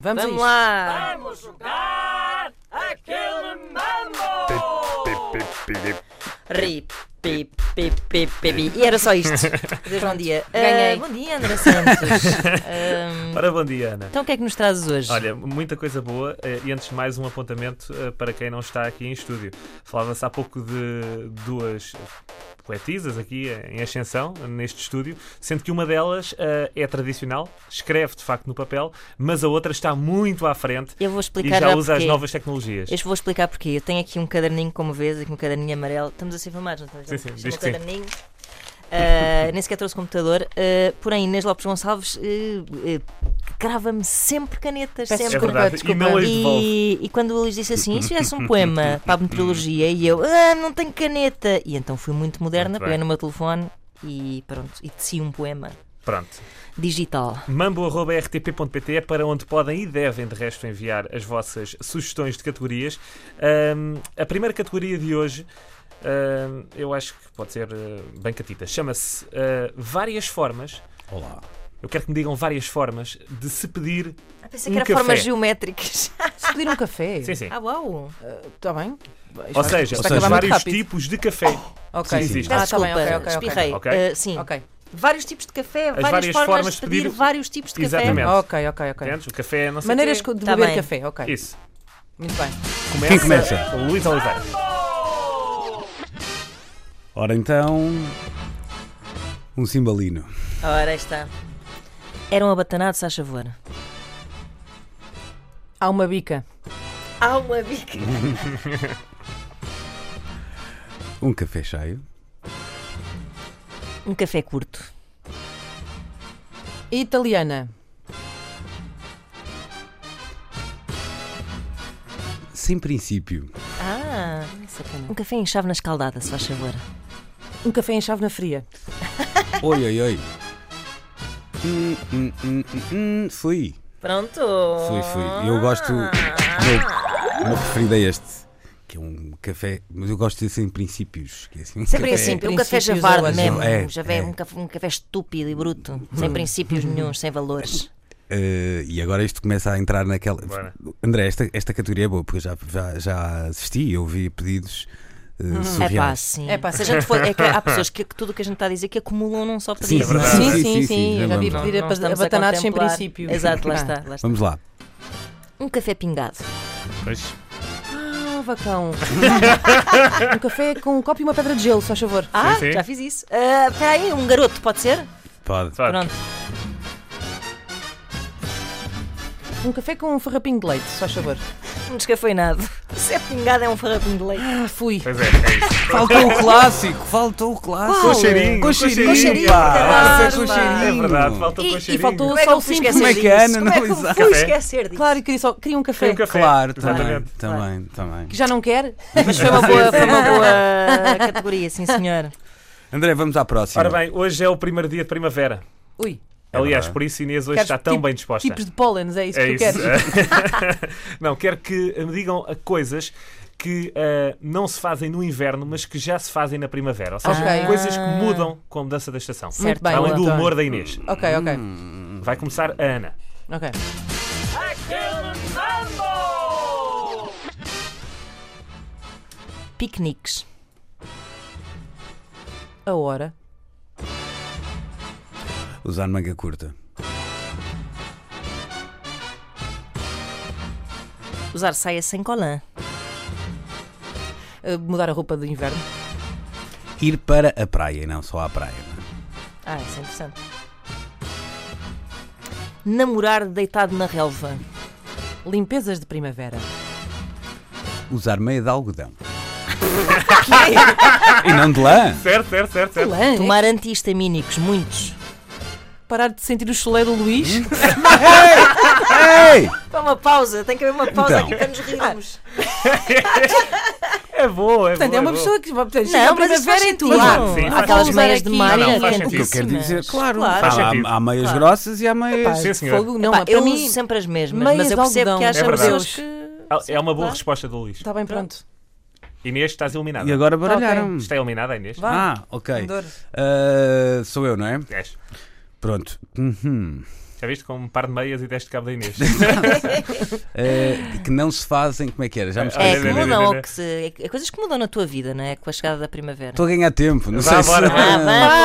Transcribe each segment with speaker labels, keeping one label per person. Speaker 1: Vamos, a
Speaker 2: Vamos
Speaker 1: isto.
Speaker 2: lá!
Speaker 3: Vamos jogar aquele mambo!
Speaker 2: Rip, pip, pip, pip, pip. E era só isto. Adeus, bom dia. Ah,
Speaker 1: ganhei.
Speaker 2: bom dia, André Santos. Ah,
Speaker 3: Ora, bom dia, Ana.
Speaker 2: então, o que é que nos trazes hoje?
Speaker 3: Olha, muita coisa boa eh, e antes de mais um apontamento eh, para quem não está aqui em estúdio. Falava-se há pouco de duas poetisas aqui eh, em ascensão, neste estúdio, sendo que uma delas eh, é tradicional, escreve de facto no papel, mas a outra está muito à frente
Speaker 2: eu vou
Speaker 3: e
Speaker 2: explicar
Speaker 3: já usa as
Speaker 2: porquê.
Speaker 3: novas tecnologias.
Speaker 2: Eu vou explicar porquê. Eu tenho aqui um caderninho, como vês, aqui um caderninho amarelo. Estamos a ser filmados, não estamos?
Speaker 3: Sim,
Speaker 2: Isto é
Speaker 3: sim, diz
Speaker 2: um
Speaker 3: que sim.
Speaker 2: caderninho. Ah, nem sequer trouxe computador, Ah, porém Inês Lopes Gonçalves ah, ah, crava-me sempre canetas,
Speaker 1: Peço
Speaker 2: sempre
Speaker 3: É
Speaker 1: desculpa,
Speaker 3: verdade,
Speaker 1: desculpa.
Speaker 3: e não as devolve.
Speaker 2: E, e quando o Luís disse assim, isso é um poema para a meteorologia, e eu, ah, não tenho caneta. E então fui muito moderna,
Speaker 3: Muito bem.
Speaker 2: peguei no meu telefone e pronto, e teci um poema
Speaker 3: Pronto.
Speaker 2: digital.
Speaker 3: mambo.rtp.pt é para onde podem e devem, de resto, enviar as vossas sugestões de categorias. Ahm, a primeira categoria de hoje, ahm, eu acho que pode ser ah, bem catita, chama-se ah, Várias Formas.
Speaker 4: Olá.
Speaker 3: Eu quero que me digam várias formas de se pedir.
Speaker 2: Ah, pensei
Speaker 3: Um
Speaker 2: que era
Speaker 3: café.
Speaker 2: formas geométricas.
Speaker 1: Se pedir um café.
Speaker 3: Sim, sim.
Speaker 2: Ah, uau!
Speaker 1: Está bem?
Speaker 3: Ou seja,
Speaker 1: isto
Speaker 4: vai acabar
Speaker 1: muito
Speaker 3: vários
Speaker 1: rápido.
Speaker 3: tipos de café.
Speaker 1: Ok.
Speaker 4: Sim, sim.
Speaker 1: Ah,
Speaker 2: Ah,
Speaker 1: está
Speaker 2: desculpa,
Speaker 1: bem, ok, ok, ok.
Speaker 2: espirrei.
Speaker 3: Ok.
Speaker 2: Ah, sim,
Speaker 1: Ok,
Speaker 2: vários tipos de café, várias,
Speaker 3: várias
Speaker 2: formas,
Speaker 3: formas
Speaker 2: de
Speaker 3: de
Speaker 2: pedir,
Speaker 3: pedir-
Speaker 2: vários tipos de
Speaker 3: Exatamente.
Speaker 2: café.
Speaker 1: ok, ok, ok.
Speaker 3: Entendes? O café é não sei
Speaker 1: Maneiras
Speaker 3: quê.
Speaker 1: de
Speaker 2: Tá
Speaker 1: beber
Speaker 2: bem.
Speaker 1: café, ok.
Speaker 3: Isso.
Speaker 1: Muito bem.
Speaker 3: Começa
Speaker 4: Quem começa?
Speaker 3: o Luís Oliveira.
Speaker 4: Ora então. Um cimbalino.
Speaker 2: Ora, aí está. Era um abatanado, se faz favor.
Speaker 1: Há uma bica.
Speaker 2: Há uma bica.
Speaker 4: Um café cheio.
Speaker 2: Um café curto.
Speaker 1: Italiana.
Speaker 4: Sem princípio.
Speaker 2: Ah,
Speaker 1: Sacana.
Speaker 2: um café em chave na escaldada, se faz favor.
Speaker 1: Um café em chave na fria.
Speaker 4: Oi, oi, oi. Hum, hum, hum, hum, hum. Fui.
Speaker 2: Pronto.
Speaker 4: Fui, fui. Eu gosto. Meu, meu preferido é este. Que é um café. Mas eu gosto de sem princípios. Que é assim, um
Speaker 2: Sem
Speaker 4: café-
Speaker 2: princípio, um café
Speaker 1: princípios
Speaker 2: javarde
Speaker 1: hoje.
Speaker 2: mesmo.
Speaker 4: É,
Speaker 2: um, javé-
Speaker 4: é.
Speaker 2: Um, café, um café estúpido e bruto. Sem princípios nenhum, sem valores.
Speaker 4: Eh, e agora isto começa a entrar naquela.
Speaker 3: Bora.
Speaker 4: André, esta, esta categoria é boa, porque eu já, já, já assisti e ouvi pedidos eh,
Speaker 2: É pá,
Speaker 4: surreais.
Speaker 2: sim.
Speaker 1: É pá,
Speaker 2: Se a
Speaker 1: sim.
Speaker 2: gente for, é que há pessoas que que tudo o que a gente está a dizer que acumulam num só pedido.
Speaker 3: sim. verdade.
Speaker 1: Sim,
Speaker 4: Sim,
Speaker 1: sim, sim.
Speaker 4: sim, sim,
Speaker 1: Já vi
Speaker 4: vamos lá.
Speaker 1: pedir
Speaker 2: Não estamos a
Speaker 1: abatanados sem
Speaker 2: contemplar.
Speaker 1: princípio.
Speaker 2: Exato, lá
Speaker 1: Ah.
Speaker 2: está, lá está.
Speaker 4: Vamos lá.
Speaker 2: Um café pingado.
Speaker 3: Pois.
Speaker 1: Ah, vacão. um café com um copo e uma pedra de gelo, só favor.
Speaker 2: Ah,
Speaker 3: sim.
Speaker 2: já fiz isso. Ah, Espera aí, um garoto, pode ser?
Speaker 4: Pode.
Speaker 3: Sabe?
Speaker 2: Pronto.
Speaker 1: Um café com um farrapinho de leite, só favor.
Speaker 2: Um descafeinado. Se é pingado, é um farrapinho de leite.
Speaker 1: Ah, fui.
Speaker 3: Pois é, é isso.
Speaker 4: Faltou o clássico, faltou o clássico.
Speaker 3: Com cheirinho, com
Speaker 4: Cocheirinho,
Speaker 2: cheirinho,
Speaker 4: pá.
Speaker 2: claro,
Speaker 4: Essa é com
Speaker 2: pá.
Speaker 3: É
Speaker 4: cheirinho.
Speaker 3: verdade, falta
Speaker 2: E-
Speaker 3: com
Speaker 2: e
Speaker 3: cheirinho.
Speaker 1: faltou-
Speaker 2: Como é que eu
Speaker 1: Só
Speaker 2: fui
Speaker 1: o simples.
Speaker 2: esquecer
Speaker 4: Como é que
Speaker 2: disso? Como
Speaker 4: Ana
Speaker 2: é
Speaker 4: não
Speaker 2: que eu
Speaker 1: Ah,
Speaker 2: fui
Speaker 4: exato.
Speaker 2: esquecer disso?
Speaker 1: Claro, eu queria, só, queria um café.
Speaker 3: Tem um café.
Speaker 4: Claro, tá. também,
Speaker 3: Exatamente.
Speaker 4: também, também.
Speaker 1: Que já não quer?
Speaker 2: Mas foi uma boa, foi uma boa categoria, sim senhor.
Speaker 4: André, vamos à próxima.
Speaker 3: Ora bem, hoje é o primeiro dia de primavera.
Speaker 1: Ui.
Speaker 4: É
Speaker 3: Aliás,
Speaker 4: verdade.
Speaker 3: por isso Inês hoje
Speaker 1: Queres
Speaker 3: está tão
Speaker 1: tipo-
Speaker 3: bem disposta.
Speaker 1: Tipos de pólenes, é isso
Speaker 3: É
Speaker 1: que tu
Speaker 3: isso.
Speaker 1: queres?
Speaker 3: não, quero que me digam ah, coisas que ah, não se fazem no inverno, mas que já se fazem na primavera. Ou seja,
Speaker 1: Ok.
Speaker 3: coisas que mudam com a mudança da estação.
Speaker 2: Certo,
Speaker 1: Ah. bem, então.
Speaker 3: Além do
Speaker 1: António.
Speaker 3: humor da Inês.
Speaker 1: Ok, ok.
Speaker 2: Hum.
Speaker 3: Vai começar a Ana.
Speaker 1: Ok.
Speaker 3: Aquele mambo!
Speaker 2: Piqueniques.
Speaker 1: A hora.
Speaker 4: Usar manga curta.
Speaker 2: Usar saia sem colã.
Speaker 1: Uh, mudar a roupa de inverno.
Speaker 4: Ir para a praia e não só à praia. não
Speaker 2: Ah,
Speaker 4: é?
Speaker 2: isso é interessante. Namorar deitado na relva.
Speaker 1: Limpezas de primavera.
Speaker 4: é? Usar meia de algodão. e não de lã.
Speaker 3: Certo, certo, certo, certo.
Speaker 1: Lã, é?
Speaker 2: Tomar antihistamínicos, muitos.
Speaker 1: Parar de sentir o chulé do Luís.
Speaker 2: Hum,
Speaker 4: Ei!
Speaker 2: Para uma pausa, tem que haver uma
Speaker 4: pausa Então. aqui
Speaker 2: para nos rirmos.
Speaker 3: É boa, é
Speaker 1: Portanto,
Speaker 3: boa.
Speaker 1: é uma
Speaker 3: boa.
Speaker 1: pessoa que portanto, chega à
Speaker 2: Não, mas isso faz
Speaker 1: primavera e
Speaker 2: sentido.
Speaker 1: tudo.
Speaker 3: Claro, sim,
Speaker 2: Há
Speaker 3: faz
Speaker 2: aquelas
Speaker 1: sentido.
Speaker 2: meias de é
Speaker 1: Usar
Speaker 2: malha
Speaker 3: aqui. Não, não, faz
Speaker 4: O que eu quero
Speaker 2: quentíssimas.
Speaker 4: dizer, claro.
Speaker 2: Claro.
Speaker 3: Faz
Speaker 4: Há,
Speaker 3: sentido.
Speaker 4: há meias
Speaker 2: Claro.
Speaker 4: grossas e há meias.
Speaker 3: Sim, senhor.
Speaker 1: Fogo, não,
Speaker 2: Pá,
Speaker 1: para
Speaker 2: eu
Speaker 1: mim
Speaker 2: uso sempre as mesmas,
Speaker 1: meias
Speaker 2: mas eu
Speaker 1: de
Speaker 2: percebo
Speaker 1: algodão.
Speaker 2: que haja
Speaker 3: É verdade.
Speaker 2: pessoas Tá que.
Speaker 3: É uma boa resposta do Luís.
Speaker 1: está Tá. bem pronto.
Speaker 3: Inês, estás eliminada.
Speaker 4: E agora baralharam-me.
Speaker 3: Está eliminada, Inês?
Speaker 1: Vá.
Speaker 4: Ah, ok.
Speaker 1: Dor.
Speaker 4: Ah, sou eu, não é?
Speaker 3: És.
Speaker 4: Pronto. Uhum.
Speaker 3: Já viste com um par de meias e deste cabo da Inês.
Speaker 4: Eh, que não se fazem, como é que era? Já me
Speaker 2: É,
Speaker 3: Olha,
Speaker 2: que
Speaker 4: esqueci.
Speaker 3: olha, olha,
Speaker 2: mudam,
Speaker 3: olha.
Speaker 2: ou que se, é, é coisas que mudam na tua vida, não é? Com a chegada da primavera.
Speaker 4: Estou a ganhar tempo, não sei
Speaker 3: Vá,
Speaker 4: se. Eh,
Speaker 3: bora.
Speaker 2: Ah,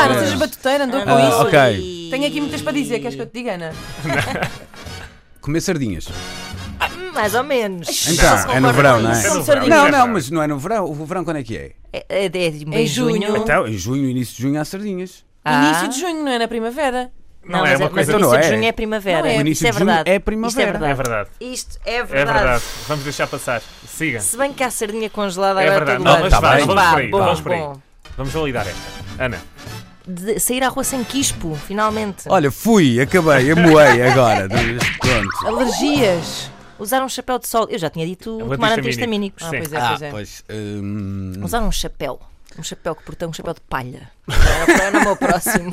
Speaker 1: Pá, não
Speaker 2: É.
Speaker 1: sejas batuteira, andou com
Speaker 4: Ah,
Speaker 1: isso.
Speaker 4: ok.
Speaker 2: E-
Speaker 1: Tenho aqui muitas para dizer, queres que é eu te diga, Ana?
Speaker 4: Comer sardinhas.
Speaker 2: Hum, Mais ou menos. Só se
Speaker 4: Então, é no
Speaker 2: concorda
Speaker 4: verão,
Speaker 2: com
Speaker 4: não
Speaker 2: isso.
Speaker 3: É no
Speaker 4: é?
Speaker 3: verão.
Speaker 4: Não, não, mas não é no verão. O verão quando é que é?
Speaker 2: É, é, é de- em
Speaker 1: Em
Speaker 2: junho.
Speaker 1: junho.
Speaker 4: Então, em junho, início de junho há sardinhas.
Speaker 2: Ah.
Speaker 1: Início de junho, não é? Na primavera.
Speaker 3: Não, é
Speaker 2: mas
Speaker 3: uma coisa-
Speaker 2: Mas o
Speaker 4: Não
Speaker 2: início de
Speaker 4: é.
Speaker 2: junho é primavera.
Speaker 1: Não é.
Speaker 4: O
Speaker 2: Isto
Speaker 4: início
Speaker 2: é
Speaker 4: de junho
Speaker 2: verdade. Isto
Speaker 4: é
Speaker 2: é
Speaker 4: primavera.
Speaker 2: verdade.
Speaker 3: É verdade.
Speaker 2: Isto é
Speaker 3: É
Speaker 2: verdade.
Speaker 3: verdade. Vamos deixar passar. Siga.
Speaker 2: Se bem que há sardinha congelada
Speaker 3: É
Speaker 2: agora
Speaker 3: verdade.
Speaker 2: todo
Speaker 3: Não,
Speaker 2: lado.
Speaker 3: mas
Speaker 4: Tá
Speaker 3: vá,
Speaker 4: bem.
Speaker 3: vamos por aí.
Speaker 2: Vá,
Speaker 3: Vamos por
Speaker 2: bom,
Speaker 3: aí. Vamos validar esta. Ana,
Speaker 2: De- sair à rua sem quispo, finalmente.
Speaker 4: Olha, fui, acabei, amoei agora. Pronto.
Speaker 1: Alergias.
Speaker 2: Usar um chapéu de sol. Eu já tinha dito
Speaker 3: É um
Speaker 2: tomar
Speaker 3: antihistamínico.
Speaker 2: antihistamínicos.
Speaker 1: Ah,
Speaker 3: Sim.
Speaker 1: pois é,
Speaker 4: Ah,
Speaker 1: pois é.
Speaker 4: pois. hum,
Speaker 2: Usar um chapéu. Um chapéu que portão, um chapéu de palha. Para não é o meu próximo.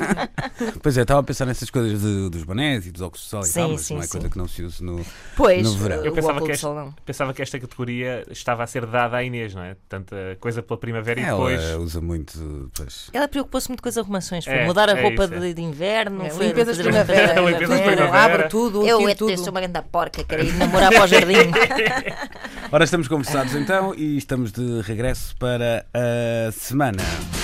Speaker 4: Pois é, estava a pensar nessas coisas de- dos bonés e dos óculos de sol e
Speaker 2: Sim,
Speaker 4: tal, mas
Speaker 2: sim,
Speaker 4: não é
Speaker 2: sim.
Speaker 4: coisa que não se use no.
Speaker 2: Pois,
Speaker 4: No verão.
Speaker 3: Eu
Speaker 2: o
Speaker 3: pensava
Speaker 2: óculos de
Speaker 3: que este-
Speaker 2: sol não.
Speaker 3: pensava que esta categoria estava a ser dada à Inês, não é? Tanta coisa pela primavera e
Speaker 4: Ela
Speaker 3: depois.
Speaker 4: usa muito. Pois.
Speaker 2: Ela preocupou-se muito com as arrumações. Foi
Speaker 3: É,
Speaker 2: mudar a
Speaker 3: é
Speaker 2: roupa
Speaker 3: isso, é.
Speaker 2: de, de inverno,
Speaker 1: É,
Speaker 2: foi
Speaker 1: Limpezas de
Speaker 2: fazer as
Speaker 1: primavera.
Speaker 2: coisas
Speaker 3: Limpezas de
Speaker 1: Tudo,
Speaker 3: primavera.
Speaker 1: Abre tudo,
Speaker 2: Eu
Speaker 1: aquilo
Speaker 2: até sou
Speaker 1: tudo.
Speaker 2: uma grande porca, quero ir namorar para o jardim.
Speaker 4: Ora, estamos conversados então e estamos de regresso para a semana.